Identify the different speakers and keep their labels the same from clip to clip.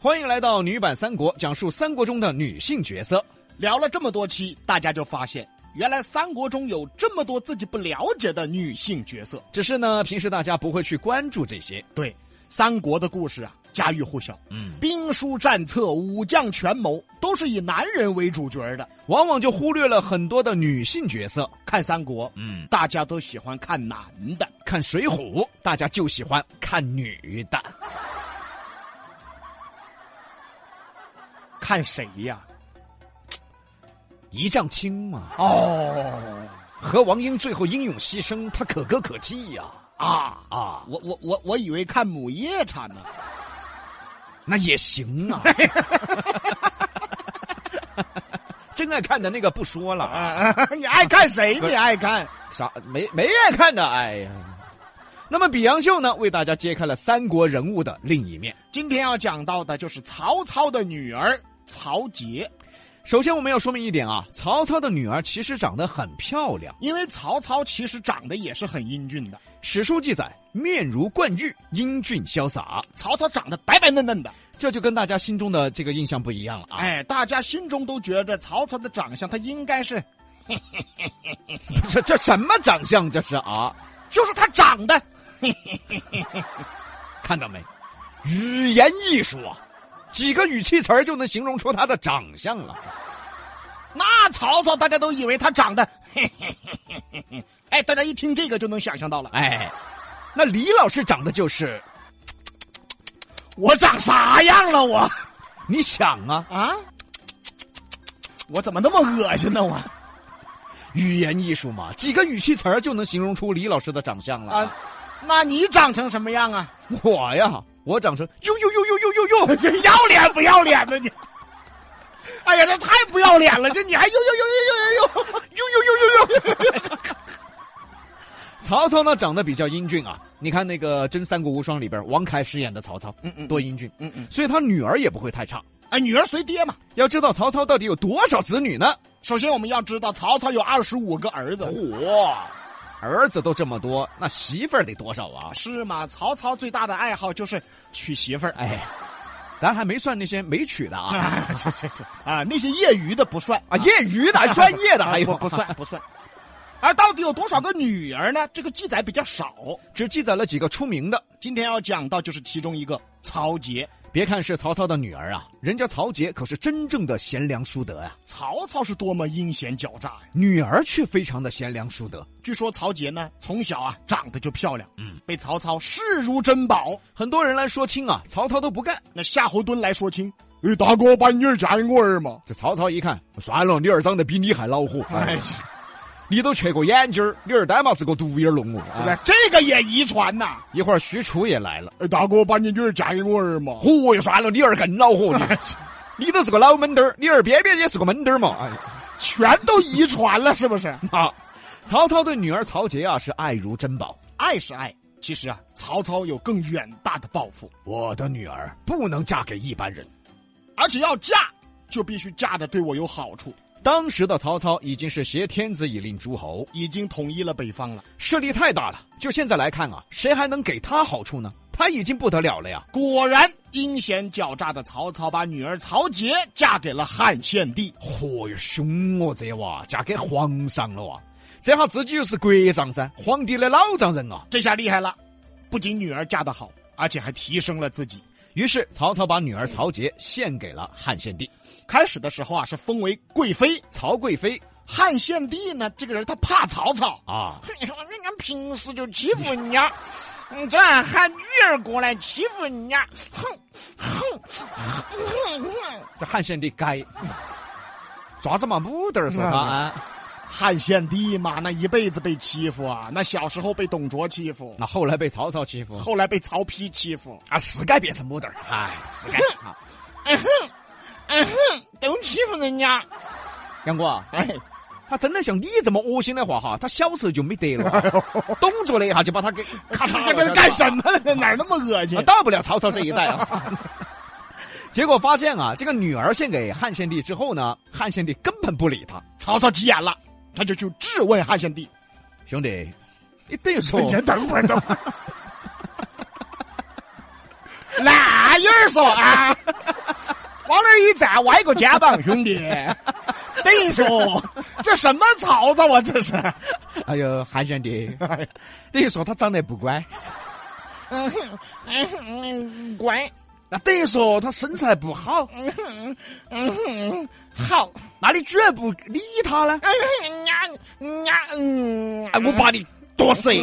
Speaker 1: 欢迎来到女版三国，讲述三国中的女性角色。
Speaker 2: 聊了这么多期，大家就发现，原来三国中有这么多自己不了解的女性角色。
Speaker 1: 只是呢，平时大家不会去关注这些。
Speaker 2: 对，三国的故事啊，家喻户晓，
Speaker 1: 嗯，
Speaker 2: 兵书战策、武将权谋都是以男人为主角的。
Speaker 1: 往往就忽略了很多的女性角色。
Speaker 2: 看三国，
Speaker 1: 嗯，
Speaker 2: 大家都喜欢看男的。
Speaker 1: 看《水浒》，大家就喜欢看女的。
Speaker 2: 看谁呀？
Speaker 1: 一丈青嘛，
Speaker 2: 哦，
Speaker 1: 和王英最后英勇牺牲，他可歌可泣呀、
Speaker 2: 啊，
Speaker 1: 啊！
Speaker 2: 我我我我以为看母夜叉 呢。
Speaker 1: 那也行啊。 真爱看的那个不说了啊。
Speaker 2: 啊，你爱看谁？你爱看？
Speaker 1: 啥没没爱看的，哎呀。那么，比杨秀呢，为大家揭开了三国人物的另一面。
Speaker 2: 今天要讲到的就是曹操的女儿曹杰。
Speaker 1: 首先，我们要说明一点啊，曹操的女儿其实长得很漂亮。
Speaker 2: 因为曹操其实长得也是很英俊的，
Speaker 1: 史书记载，面如冠玉，英俊潇洒，
Speaker 2: 曹操长得白白嫩嫩的，
Speaker 1: 这就跟大家心中的这个印象不一样了啊！
Speaker 2: 哎，大家心中都觉得曹操的长相他应该是，
Speaker 1: 这这什么长相？这是啊，
Speaker 2: 就是他长得
Speaker 1: 看到没？语言艺术啊，几个语气词儿就能形容出他的长相了。
Speaker 2: 那曹操大家都以为他长得， 哎，大家一听这个就能想象到了，
Speaker 1: 哎，那李老师长得就是，
Speaker 2: 我长啥样了我
Speaker 1: 你想啊，
Speaker 2: 啊？我怎么那么恶心呢我
Speaker 1: 语言艺术嘛，几个语气词儿就能形容出李老师的长相了。
Speaker 2: 啊？那你长成什么样啊？
Speaker 1: 我呀，我长成呦呦呦呦呦呦呦，
Speaker 2: 这要脸不要脸的你？哎呀，这太不要脸了！这你还呦呦呦呦呦呦呦！
Speaker 1: 呦呦呦呦呦。曹操呢，长得比较英俊啊。你看那个《真三国无双》里边，王凯饰演的曹操，
Speaker 2: 嗯嗯
Speaker 1: 多英俊，
Speaker 2: 嗯嗯，
Speaker 1: 所以他女儿也不会太差。
Speaker 2: 哎，女儿随爹嘛。
Speaker 1: 要知道曹操到底有多少子女呢？
Speaker 2: 首先我们要知道，曹操有二十五个儿
Speaker 1: 哦
Speaker 2: 子，
Speaker 1: 嚯，儿子都这么多，那媳妇儿得多少啊？
Speaker 2: 是吗？曹操最大的爱好就是娶媳妇儿。
Speaker 1: 哎，咱还没算那些没娶的啊，
Speaker 2: 啊，这这这 啊，那些业余的不算
Speaker 1: 啊，
Speaker 2: 啊
Speaker 1: 业余的、专业的还有
Speaker 2: 不不算不算。而到底有多少个女儿呢？这个记载比较少。
Speaker 1: 只记载了几个出名的。
Speaker 2: 今天要讲到就是其中一个曹杰。
Speaker 1: 别看是曹操的女儿啊，人家曹杰可是真正的贤良淑德啊，
Speaker 2: 曹操是多么阴险狡诈呀、
Speaker 1: 女儿却非常的贤良淑德。
Speaker 2: 据说曹杰呢，从小啊长得就漂亮，
Speaker 1: 嗯，
Speaker 2: 被曹操视如珍宝。
Speaker 1: 很多人来说亲啊，曹操都不干。
Speaker 2: 那夏侯惇来说亲，哎，大哥把女儿嫁给我儿嘛。
Speaker 1: 这曹操一看，算了，你儿长得比你还恼火，
Speaker 2: 哎
Speaker 1: 哎，，你都缺个眼睛儿，你儿单嘛是个独眼龙哦。哎
Speaker 2: 这个也遗传呐、
Speaker 1: 一会儿许褚也来了，
Speaker 2: 哎，大哥把你女儿嫁给我儿 嘛。
Speaker 1: 嚯，算了，你儿更恼火，
Speaker 2: 哎
Speaker 1: 你你都是个老闷墩儿，你儿边边也是个闷墩儿嘛。哎
Speaker 2: 全都遗传了，是不是？
Speaker 1: 啊，曹操对女儿曹杰啊是爱如珍宝。
Speaker 2: 爱是爱，其实啊，曹操有更远大的抱负，
Speaker 1: 我的女儿不能嫁给一般人。
Speaker 2: 而且要嫁就必须嫁的对我有好处。
Speaker 1: 当时的曹操已经是挟天子以令诸侯，
Speaker 2: 已经统一了北方了，
Speaker 1: 势力太大了。就现在来看啊，谁还能给他好处呢？他已经不得了了呀！
Speaker 2: 果然阴险狡诈的曹操把女儿曹节嫁给了汉献帝。
Speaker 1: 嚯哟，凶哦，这娃嫁给皇上了哇！这下自己又是国丈噻，皇帝的老丈人啊！
Speaker 2: 这下厉害了，不仅女儿嫁得好，而且还提升了自己。
Speaker 1: 于是曹操把女儿曹节献给了汉献帝。
Speaker 2: 开始的时候啊，是封为贵妃。
Speaker 1: 曹贵妃
Speaker 2: 汉献帝呢，这个人他怕曹操，
Speaker 1: 啊，
Speaker 2: 你看人家平时就欺负人家，你这喊女儿过来欺负人家，哼哼哼哼！
Speaker 1: 这汉献帝该抓子嘛母蛋儿说他啊，
Speaker 2: 汉献帝嘛，那一辈子被欺负啊，那小时候被董卓欺负，
Speaker 1: 那后来被曹操欺负
Speaker 2: 后来被曹丕欺负，
Speaker 1: 啊，是该变成母蛋儿，哎，是该啊。
Speaker 2: 嗯哼，嗯哼，都欺负人家，
Speaker 1: 杨哥啊，
Speaker 2: 哎，
Speaker 1: 他真的像你这么恶心的话哈，他小时候就没得了，董卓了一下就把他给咔嚓了
Speaker 2: 这干什么了？哪儿那么恶心
Speaker 1: 啊？到不了曹操这一代啊。 结果发现啊，这个女儿献给汉献帝之后呢，汉献帝根本不理他。
Speaker 2: 曹操急眼了，他就去质问汉 献帝。
Speaker 1: 哎兄弟，你等于说
Speaker 2: 你先等会儿，等会儿。烂眼儿说啊，往那儿一站，歪个肩膀，兄弟，等于说这什么曹操啊，这是。
Speaker 1: 哎呦，韩玄帝，等于说他长得不乖，
Speaker 2: 嗯哼，嗯哼，嗯乖，
Speaker 1: 那等于啊说他身材不好，
Speaker 2: 嗯哼，嗯哼，好，
Speaker 1: 那你居然不理他呢？
Speaker 2: 嗯哼，呀呀，嗯，
Speaker 1: 哎哎，我哎把你剁死！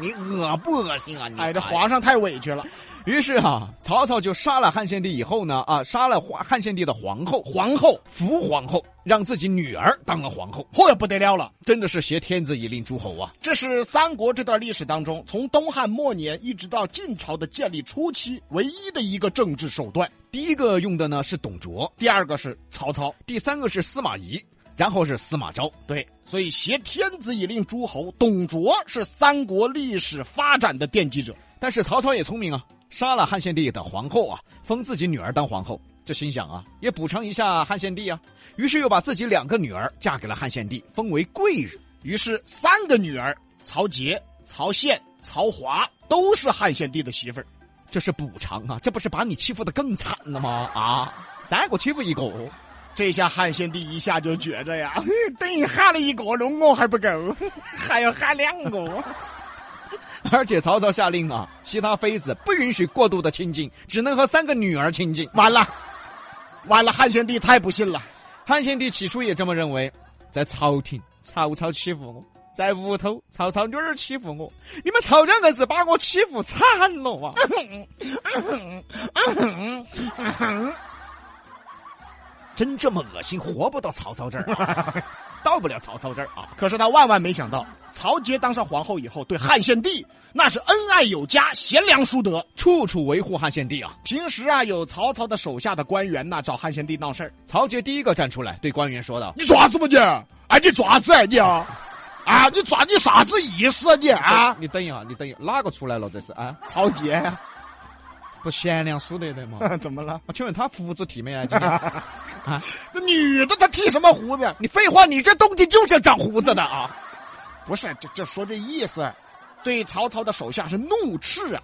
Speaker 1: 你恶不恶心啊你？
Speaker 2: 哎，这皇上太委屈了。
Speaker 1: 于是啊，曹操就杀了汉献帝以后呢，啊，杀了皇汉献帝的皇后
Speaker 2: 皇后，
Speaker 1: 福皇后，让自己女儿当了皇后，
Speaker 2: 嚯，不得了了！
Speaker 1: 真的是挟天子以令诸侯啊！
Speaker 2: 这是三国这段历史当中，从东汉末年一直到晋朝的建立初期，唯一的一个政治手段。
Speaker 1: 第一个用的呢是董卓，
Speaker 2: 第二个是曹操，
Speaker 1: 第三个是司马懿，然后是司马昭。
Speaker 2: 对，所以挟天子以令诸侯，董卓是三国历史发展的奠基者。
Speaker 1: 但是曹操也聪明啊，杀了汉献帝的皇后啊，封自己女儿当皇后。这心想啊，也补偿一下汉献帝啊，于是又把自己两个女儿嫁给了汉献帝，封为贵人。
Speaker 2: 于是，三个女儿曹节、曹宪、曹华都是汉献帝的媳妇儿。
Speaker 1: 这是补偿啊，这不是把你欺负的更惨了吗？啊，三个欺负一个，
Speaker 2: 这下汉献帝一下就觉着呀，等于喊了一个龙我还不够，还要喊两个。
Speaker 1: 而且曹操下令啊，其他妃子不允许过度的亲近，只能和三个女儿亲近。
Speaker 2: 完了，完了！汉献帝太不信了。
Speaker 1: 汉献帝起初也这么认为，在朝廷曹操欺负我，在屋头曹操女儿欺负我，你们曹家硬是把我欺负惨了啊！ 真这么恶心，活不到曹操这儿、啊， 到不了曹操这儿啊！
Speaker 2: 可是他万万没想到，曹节当上皇后以后，对汉献帝那是恩爱有加，贤良淑德。
Speaker 1: 处处维护汉献帝啊！
Speaker 2: 平时啊，有曹操的手下的官员呐，找汉献帝闹事儿。
Speaker 1: 曹节第一个站出来，对官员说道
Speaker 2: 你爪子不你？哎，你爪 子啊你啊！啊，你爪你啥子意思啊你：“
Speaker 1: 啊，
Speaker 2: 啊？
Speaker 1: 你等一下，你等一下，哪个出来了？这是啊？
Speaker 2: 曹节，
Speaker 1: 不贤良淑德的 吗？
Speaker 2: 怎么了？
Speaker 1: 我请问他胡子剃没啊？今 天
Speaker 2: 这女的她剃什么胡子？
Speaker 1: 你废话，你这东西就是要长胡子的啊！
Speaker 2: 不是，这这说这意思，对曹操的手下是怒斥啊。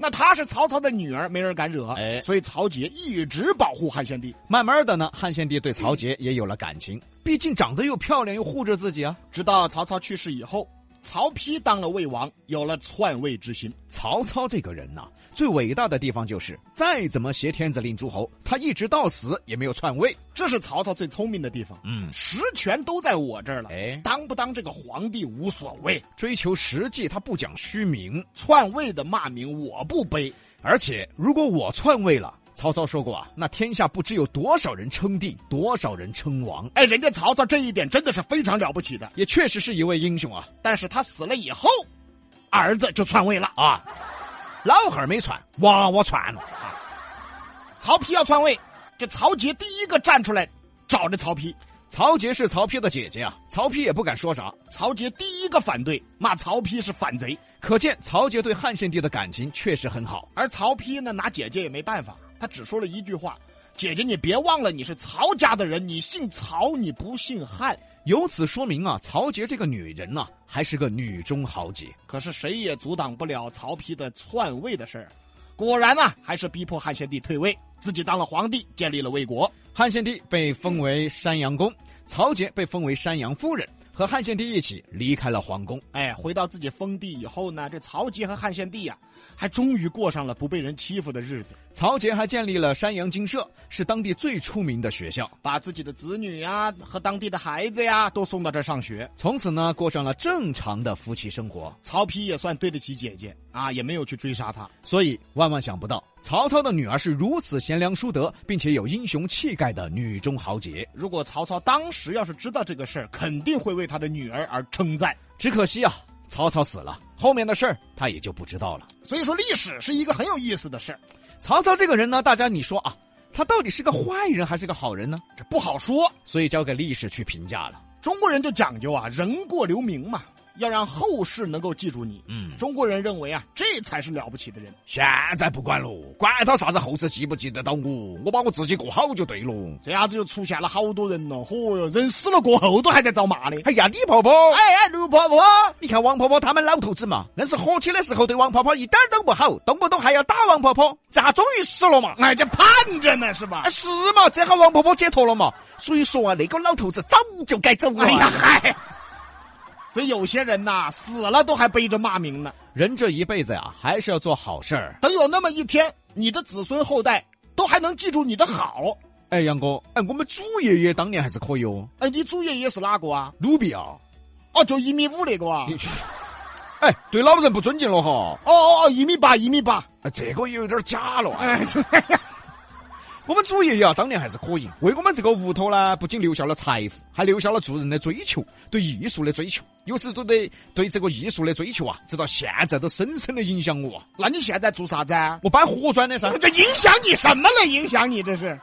Speaker 2: 那她是曹操的女儿，没人敢惹，
Speaker 1: 哎
Speaker 2: 所以曹节一直保护汉献帝。
Speaker 1: 慢慢的呢，汉献帝对曹节也有了感情，毕竟长得又漂亮又护着自己啊。
Speaker 2: 直到曹操去世以后，曹丕当了魏王，有了篡位之心。
Speaker 1: 曹操这个人呐、最伟大的地方就是，再怎么挟天子令诸侯，他一直到死也没有篡位。
Speaker 2: 这是曹操最聪明的地方，
Speaker 1: 嗯，
Speaker 2: 实权都在我这儿了，
Speaker 1: 哎，
Speaker 2: 当不当这个皇帝无所谓，
Speaker 1: 追求实际，他不讲虚名。
Speaker 2: 篡位的骂名我不背。
Speaker 1: 而且，如果我篡位了，曹操说过啊，那天下不知有多少人称帝，多少人称王，
Speaker 2: 哎，人家曹操这一点真的是非常了不起的，
Speaker 1: 也确实是一位英雄啊
Speaker 2: 但是他死了以后，儿子就篡位了。
Speaker 1: 啊！老汉儿没篡，娃娃篡了。
Speaker 2: 曹丕要篡位，这曹节第一个站出来找着曹丕，
Speaker 1: 曹节是曹丕的姐姐啊，曹丕也不敢说啥。
Speaker 2: 曹节第一个反对，骂曹丕是反贼。
Speaker 1: 可见曹节对汉献帝的感情确实很好。
Speaker 2: 而曹丕呢，拿姐姐也没办法，他只说了一句话：“姐姐，你别忘了你是曹家的人，你姓曹，你不姓汉。
Speaker 1: 由此说明啊，曹节这个女人呐、还是个女中豪杰。”
Speaker 2: 可是谁也阻挡不了曹丕的篡位的事儿。果然呢、啊还是逼迫汉献帝退位，自己当了皇帝，建立了魏国。
Speaker 1: 汉献帝被封为山阳公，曹节被封为山阳夫人，和汉献帝一起离开了皇宫。
Speaker 2: 哎，回到自己封地以后呢，这曹节和汉献帝呀、还终于过上了不被人欺负的日子。
Speaker 1: 曹节还建立了山阳经社，是当地最出名的学校。
Speaker 2: 把自己的子女呀和当地的孩子呀都送到这儿上学。
Speaker 1: 从此呢，过上了正常的夫妻生活。
Speaker 2: 曹丕也算对得起姐姐啊，也没有去追杀她。
Speaker 1: 所以万万想不到，曹操的女儿是如此贤良淑德，并且有英雄气概的女中豪杰。
Speaker 2: 如果曹操当时要是知道这个事儿，肯定会为他的女儿而称赞。
Speaker 1: 只可惜啊，曹操死了，后面的事儿他也就不知道了。
Speaker 2: 所以说，历史是一个很有意思的事儿，
Speaker 1: 曹操这个人呢，大家你说啊，他到底是个坏人还是个好人呢？
Speaker 2: 这不好说。
Speaker 1: 所以交给历史去评价了。
Speaker 2: 中国人就讲究啊，人过留名嘛。要让后世能够记住你。
Speaker 1: 嗯，
Speaker 2: 中国人认为啊，这才是了不起的人。
Speaker 1: 现在不管了，管他啥子后世记不记得到我，我把我自己过好就对了。
Speaker 2: 这下子就出现了好多人了，嚯哟，人死了过后都还在遭骂的。
Speaker 1: 哎呀，李婆婆，
Speaker 2: 哎哎，刘婆婆，
Speaker 1: 你看王婆婆他们老头子嘛，硬是火起的时候对王婆婆一点儿都不好，动不动还要打王婆婆，这下终于死了嘛。
Speaker 2: 哎，这盼着呢是吧
Speaker 1: 啊，？是嘛，这下王婆婆解脱了嘛。所以说啊，那个老头子早就该走了。
Speaker 2: 哎呀嗨，所以有些人呐、死了都还背着骂名呢。
Speaker 1: 人这一辈子呀、还是要做好事儿。
Speaker 2: 等有那么一天，你的子孙后代都还能记住你的好。
Speaker 1: 哎，杨哥，哎，我们祖爷爷当年还是可以哦，
Speaker 2: 哎，你祖爷爷是哪个啊？
Speaker 1: 努比啊。
Speaker 2: 哦，就一米五那个啊。
Speaker 1: 嗯哎，对老人不尊敬了哈，
Speaker 2: 哦哦哦，一米八，一米八。
Speaker 1: 哎这个也有点假了。哎，
Speaker 2: 哎， 对呀
Speaker 1: 我们祖爷爷啊，当年还是可以，为我们这个屋头呢，不仅留下了财富，还留下了做人的追求，对艺术的追求，有时都得对这个艺术的追求啊，直到现在都深深的影响我啊。
Speaker 2: 那你现在做啥子啊？
Speaker 1: 我搬火砖的噻，
Speaker 2: 这影响你什么了？影响你这是？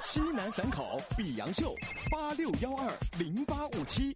Speaker 3: 西南散口碧阳秀八六幺二零八五七。